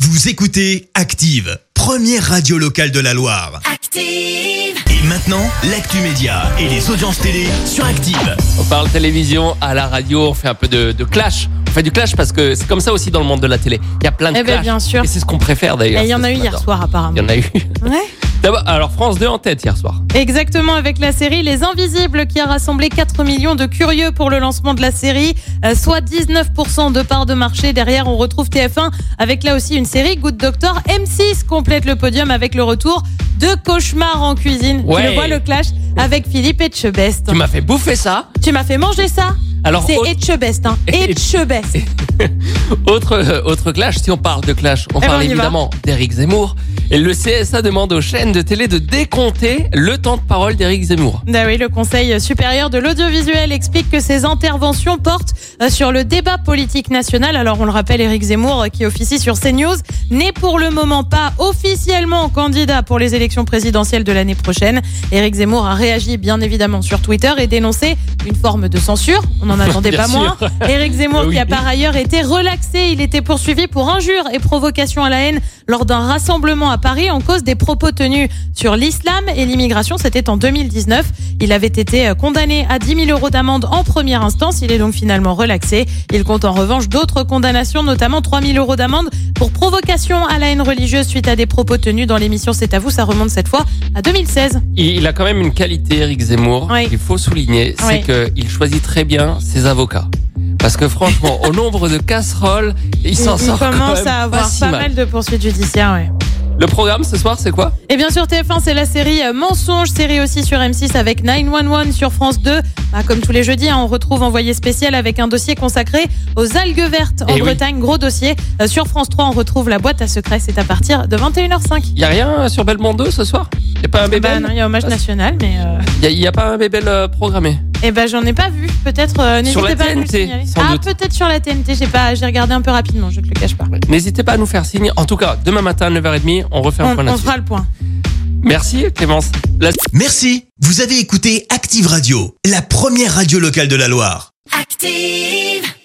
Vous écoutez Active, première radio locale de la Loire. Active. Et maintenant, l'actu média et les audiences télé sur Active. On parle télévision à la radio, on fait un peu de, de clash. On fait du clash parce que c'est comme ça aussi dans le monde de la télé. Il y a plein de Eh ben, clash. bien sûr. Et c'est ce qu'on préfère d'ailleurs. Et il y en a C'est eu ce qu'on hier adore. soir Il y apparemment. en a eu. Ouais. D'abord, alors France 2 en tête hier soir. Exactement, avec la série Les Invisibles qui a rassemblé 4 millions de curieux pour le lancement de la série, euh, soit 19% de part de marché. Derrière, on retrouve TF1 avec là aussi une série Good Doctor. M6 complète le podium avec le retour de Cauchemar en cuisine. Tu Ouais. le vois le clash avec Philippe Etchebest. Tu m'as fait bouffer ça. Tu m'as fait manger ça Alors C'est au- Etchebest, hein. Et- Etchebest. autre euh, autre clash. Si on parle de clash, on ben, parle on y va. évidemment d'Éric Zemmour. Et le CSA demande aux chaînes de télé de décompter le temps de parole d'Éric Zemmour. Ah oui, le Conseil supérieur de l'audiovisuel explique que ces interventions portent euh, sur le débat politique national. Alors on le rappelle, Éric Zemmour, euh, qui officie sur CNews, n'est pour le moment pas officiellement candidat pour les élections présidentielles de l'année prochaine. Éric Zemmour a réagi bien évidemment sur Twitter et dénoncé une forme de censure. On n'en attendait Bien pas sûr. moins. Éric Zemmour, Bah oui. qui a par ailleurs été relaxé, il était poursuivi pour injures et provocation à la haine lors d'un rassemblement à Paris en cause des propos tenus sur l'islam et l'immigration. C'était en 2019. Il avait été euh, condamné à 10 000 euros d'amende en première instance. Il est donc finalement relaxé. Il compte en revanche d'autres condamnations, notamment 3 000 euros d'amende pour provocation à la haine religieuse suite à des propos tenus dans l'émission C'est à vous. Ça remonte cette fois à 2016. Il il a quand même une qualité, Eric Zemmour, Oui. qu'il faut souligner, c'est Oui. que qu'il choisit très bien ses avocats. Parce que franchement, au nombre de casseroles, il s'en il sort quand commence même à avoir pas si pas mal. mal de poursuites judiciaires. ouais. Le programme ce soir, c'est quoi Et bien sur TF1, c'est la série euh, Mensonge, série aussi sur M6 avec 911 sur France 2. Bah, comme tous les jeudis, hein, on retrouve Envoyé spécial avec un dossier consacré aux algues vertes en Eh oui. Bretagne. Gros dossier. Euh, sur France 3, on retrouve la boîte à secrets. C'est à partir de 21h05. Il y a rien sur Belmont 2 ce soir Il a pas Bah, un bébel non, il y a hommage national, mais euh, Il y a- il y a, pas un bébel euh, programmé eh ben j'en ai pas vu. Peut-être euh, Sur n'hésitez la pas à nous le TNT, signaler. sans Ah doute. peut-être sur la TNT. J'ai pas, j'ai regardé un peu rapidement. Je ne le cache pas. N'hésitez pas à nous faire signe. En tout cas, demain matin à 9h30, on refait un On, point on là-dessus. fera le point. Merci Clémence. La- Merci. Vous avez écouté Active Radio, la première radio locale de la Loire. Active.